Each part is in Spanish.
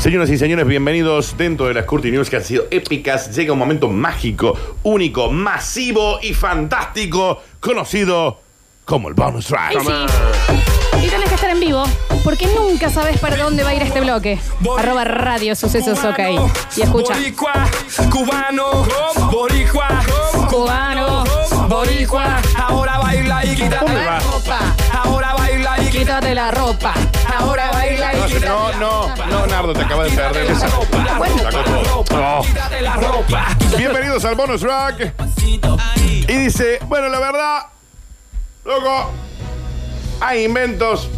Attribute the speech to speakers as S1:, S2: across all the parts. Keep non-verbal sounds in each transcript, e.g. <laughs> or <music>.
S1: Señoras y señores, bienvenidos dentro de las Curti News que han sido épicas. Llega un momento mágico, único, masivo y fantástico, conocido como el bonus track.
S2: Y sí. Y tenés que estar en vivo, porque nunca sabes para dónde va a ir este bloque. Arroba radio sucesos ok. Y escucha.
S3: Boricua, cubano, boricua,
S2: Cubano,
S3: boricua. Ahora baila y quítate
S1: ¿Cómo
S3: la
S1: va?
S3: ropa. Ahora baila y quítate.
S2: Quítate la ropa.
S3: Ahora baila y quítate.
S1: No, no, no, Nardo, te acabas de perder esa. Sacó todo. Oh.
S3: Quítate la ropa.
S1: Bienvenidos al bonus track. Y dice, bueno, la verdad, loco, hay inventos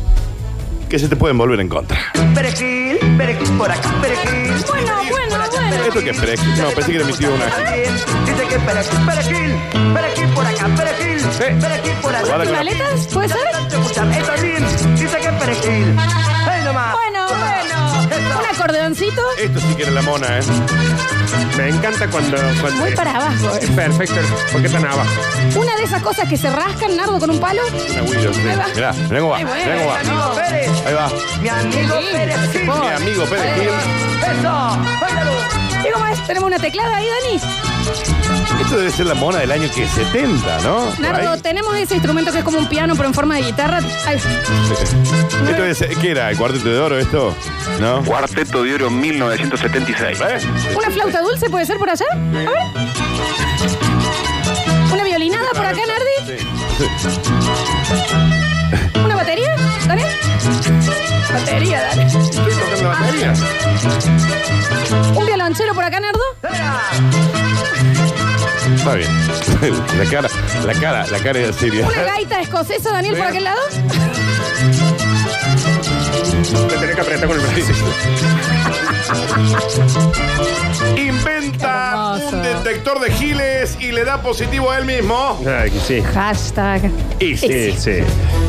S1: que se te pueden volver en contra.
S4: Perejil, perejil por acá, perejil.
S2: Bueno, bueno, bueno.
S1: ¿Esto qué es perejil? No, pensé que era mi tío una.
S4: Dice que perejil, perejil, perejil por acá, perejil, perejil por allá.
S1: Guarda con la-
S2: ¿Maletas? ¿Puede ser?
S4: Escúchame, está bien. Dice que perejil. Ahí nomás.
S2: Bueno, bueno. Un acordeoncito
S1: Esto sí que era la mona, ¿eh?
S5: Me encanta cuando. cuando
S2: muy para abajo.
S5: Es perfecto. ¿Por qué tan abajo?
S2: Una de esas cosas que se rascan, Nardo, con un palo.
S1: Una Willow, sí. Mirá, mirá cómo va,
S2: Ay, bueno,
S1: mirá cómo va.
S2: no.
S4: Pérez,
S1: Ahí va.
S4: mi amigo perejil.
S1: Mi amigo Perejil.
S4: Eso, bailalo.
S2: ¿Y cómo es? Tenemos una teclada ahí, Dani.
S1: Esto debe ser la mona del año que 70, ¿no? Por
S2: Nardo,
S1: ahí.
S2: tenemos ese instrumento que es como un piano, pero en forma de guitarra. Ay,
S1: Esto debe ser- ¿Qué era? ¿El cuarteto de oro esto? ¿No?
S6: Cuarteto de Oro 1976.
S1: ¿Eh?
S2: ¿Una flauta dulce puede ser por allá? A ver. ¿Una violinada por acá, Nardi?
S1: Sí. Sí.
S2: ¿Una batería? ¿Dani? Batería, Dani.
S1: Estoy tocando la batería.
S2: ¿Un violonchelo por acá, Nardo?
S1: Está bien. <laughs> La cara, la cara, la cara de Siria.
S2: ¿Una gaita escocesa, Daniel, por aquel lado?
S5: Te tenés que apretar con el brazo.
S1: Inventa
S2: Hermoso.
S1: un detector de giles y le da positivo a él mismo.
S5: Ay, sí.
S2: Hashtag.
S5: Y sí, sí.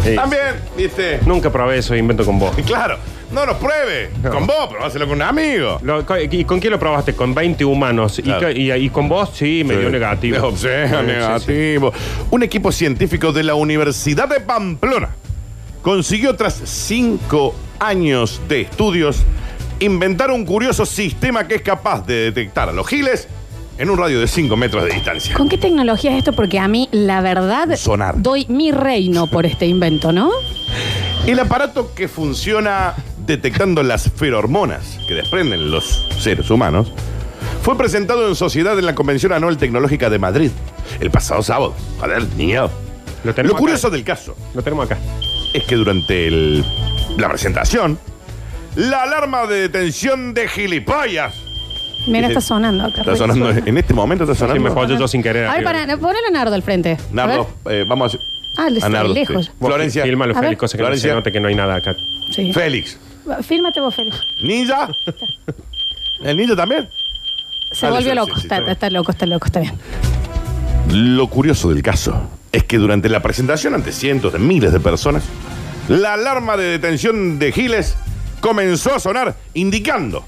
S5: sí.
S1: También, ¿viste?
S5: Nunca probé eso, invento con vos.
S1: Y Claro, no lo pruebe con vos, pero hazlo con un amigo.
S5: Lo- co- ¿Y con quién lo probaste? Con 20 humanos. Y
S1: Claro.
S5: ca- Y, y con vos, sí, me dio negativo.
S1: No, <laughs> sí, negativo.
S5: Sí, sí, sí.
S1: Un equipo científico de la Universidad de Pamplona consiguió tras cinco años de estudios inventar un curioso sistema que es capaz de detectar a los giles en un radio de 5 metros de distancia.
S2: ¿Con qué tecnología es esto? Porque a mí, la verdad,
S1: Sonar.
S2: doy mi reino por este invento, ¿no?
S1: El aparato que funciona detectando las ferormonas que desprenden los seres humanos fue presentado en sociedad en la Convención Anual Tecnológica de Madrid el pasado sábado. Joder, niño.
S5: Lo
S1: Lo,
S5: tenemos acá.
S1: curioso del caso
S5: Lo tenemos acá.
S1: es que durante el- la presentación, la alarma de detención de gilipollas.
S2: Mira, está sonando acá. pues.
S1: Está sonando, en este momento está
S5: Sí,
S1: sonando. <laughs>
S5: me joyo yo sin querer.
S2: A ver,
S5: arriba.
S2: para, ponelo a Nardo al frente. A
S1: Nardo, eh, vamos a.
S2: Ah, le-
S1: a Nardo,
S2: lejos.
S1: sí.
S5: Vos
S1: Florencia,
S5: Filma los
S2: A ver.
S5: Félix, cosa que
S1: Florencia.
S5: no se note que no hay nada acá.
S2: ver. Sí.
S1: Félix,
S2: Fírmate vos, Félix. <laughs>
S1: Ninja. ¿El ninja también?
S2: Se
S1: Ah,
S2: volvió
S1: sí,
S2: loco.
S1: sí, sí,
S2: está,
S1: está bien.
S2: está loco, está loco, está bien.
S1: Lo curioso del caso es que durante la presentación ante cientos de miles de personas, la alarma de detención de Giles comenzó a sonar, indicando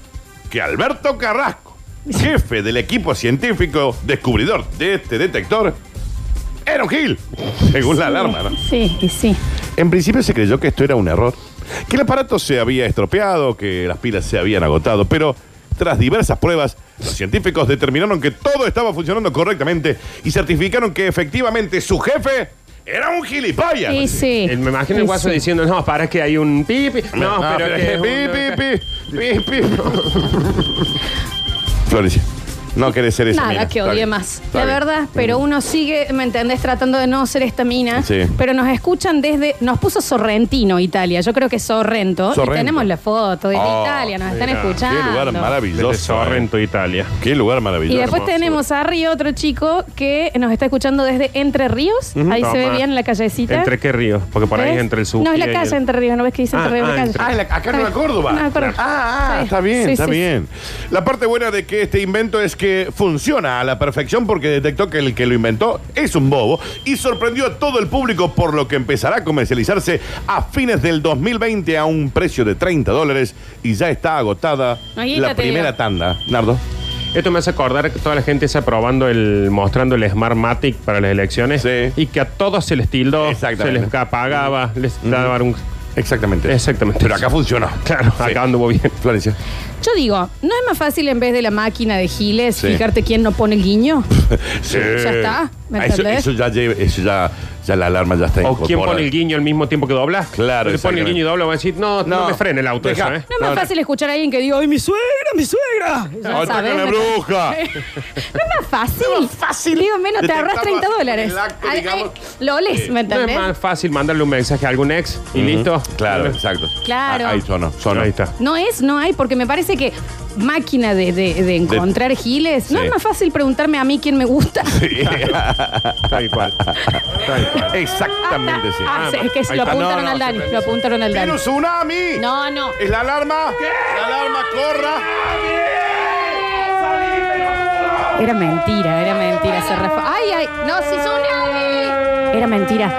S1: que Alberto Carrasco, jefe del equipo científico descubridor de este detector, era un Gil, según la alarma, ¿no?
S2: Sí, y sí.
S1: En principio se creyó que esto era un error, que el aparato se había estropeado, que las pilas se habían agotado, pero tras diversas pruebas, los científicos determinaron que todo estaba funcionando correctamente y certificaron que efectivamente su jefe era un gilipollas.
S2: Sí, sí.
S5: El- Eh, me imagino
S2: Y
S5: el guaso
S2: sí.
S5: diciendo, no, para que hay un pipi. No,
S1: Ah,
S5: pero
S1: pero-
S5: que.
S1: pi, pi, pi, pi, pi. Florencia, no querés ser esa
S2: Nada
S1: mina.
S2: que
S1: Está
S2: odie
S1: bien,
S2: más,
S1: está
S2: la
S1: bien.
S2: verdad, pero uno sigue, ¿me entendés? Tratando de no ser esta mina,
S1: Sí.
S2: pero nos escuchan desde, nos puso Sorrentino, Italia, yo creo que Sorrento,
S1: Sorrento.
S2: y tenemos la foto de
S1: Oh,
S2: Italia, nos están
S5: mira, qué
S2: escuchando.
S1: Qué lugar
S5: Desde
S1: maravilloso. eh.
S5: Sorrento, Italia.
S1: Qué lugar
S2: Y
S1: maravilloso.
S2: después
S5: hermosura.
S2: tenemos a Río, otro chico que nos está escuchando desde Entre Ríos, ahí se ve
S5: Toma.
S2: bien la callecita.
S5: ¿Entre qué ríos? Porque por ahí
S2: ¿Ves?
S5: es entre el sur.
S2: No es la calle Entre Ríos, ¿no ves que dice
S5: Ah,
S2: Entre Ríos la
S5: ah,
S2: calle?
S5: Entre-
S1: Ah, en la- acá en Nueva Córdoba.
S2: Nueva Córdoba.
S1: Ah, ah,
S2: Sí.
S1: está bien,
S2: Sí,
S1: está
S2: sí,
S1: bien. La parte buena de que este invento es que funciona a la perfección porque detectó que el que lo inventó es un bobo y sorprendió a todo el público por lo que empezará a comercializarse a fines del 2020 a un precio de 30 dólares y ya está agotada
S2: Ahí
S1: la
S2: ya te digo.
S1: primera tanda. Nardo.
S5: Esto me hace acordar que toda la gente está probando el, mostrando el Smartmatic para las elecciones
S1: Sí.
S5: y que a todos se les tildó, se
S1: Exactamente.
S5: les apagaba, les daban un...
S1: Exactamente.
S5: Exactamente.
S1: Pero acá funcionó.
S5: Claro,
S1: Sí.
S5: acá anduvo bien.
S1: Florencia.
S2: Yo digo, ¿no es más fácil en vez de la máquina de giles
S1: Sí.
S2: fijarte quién no pone el guiño?
S1: Sí.
S2: Ya está, ¿me
S1: Ah, eso,
S2: entendés?
S1: eso ya, lleva- eso ya, ya la alarma ya está
S5: O quién
S1: incorporada.
S5: pone el guiño al mismo tiempo que dobla.
S1: Claro,
S5: Si pone el
S1: exactamente.
S5: guiño y dobla, va a decir, no, no,
S1: No,
S5: me frene el auto
S1: deja.
S5: eso, ¿eh?
S2: ¿No es más
S1: No, no.
S2: fácil escuchar a alguien que diga, ¡ay, mi suegra, mi suegra! Ya
S1: ¡Ay,
S2: sabes,
S1: una
S2: ¿me
S1: bruja!
S2: ¿No es más fácil? fácil. Digo, menos te ahorras
S1: Detectamos
S2: 30
S1: en el
S2: dólares.
S1: acto,
S2: Ay,
S1: digamos.
S2: ay, lo olés, ¿me
S5: No es
S2: entendés?
S5: más fácil mandarle un mensaje a algún ex y listo.
S1: Claro, exacto.
S2: Claro.
S1: Ah, ahí sonó, sonó.
S5: Ahí está.
S2: No es, no hay, porque me parece que máquina de, de- de encontrar giles. ¿No
S1: Sí.
S2: es más fácil preguntarme a mí quién me gusta?
S1: <laughs> Sí.
S5: Tal cual. Tal cual.
S1: Exactamente, sí.
S2: <laughs> Ah, sí, es que
S5: Ahí
S2: lo
S5: está.
S2: apuntaron
S5: No, no,
S2: al
S5: se
S2: Dani,
S5: prende.
S2: lo apuntaron al
S1: ¡Viene
S2: Dani.
S1: un tsunami!
S2: No, no.
S1: ¿Es la alarma? ¡La alarma corra!
S2: Era mentira, era mentira. Se refa- ¡Ay, ay! ¡No, si son Era mentira.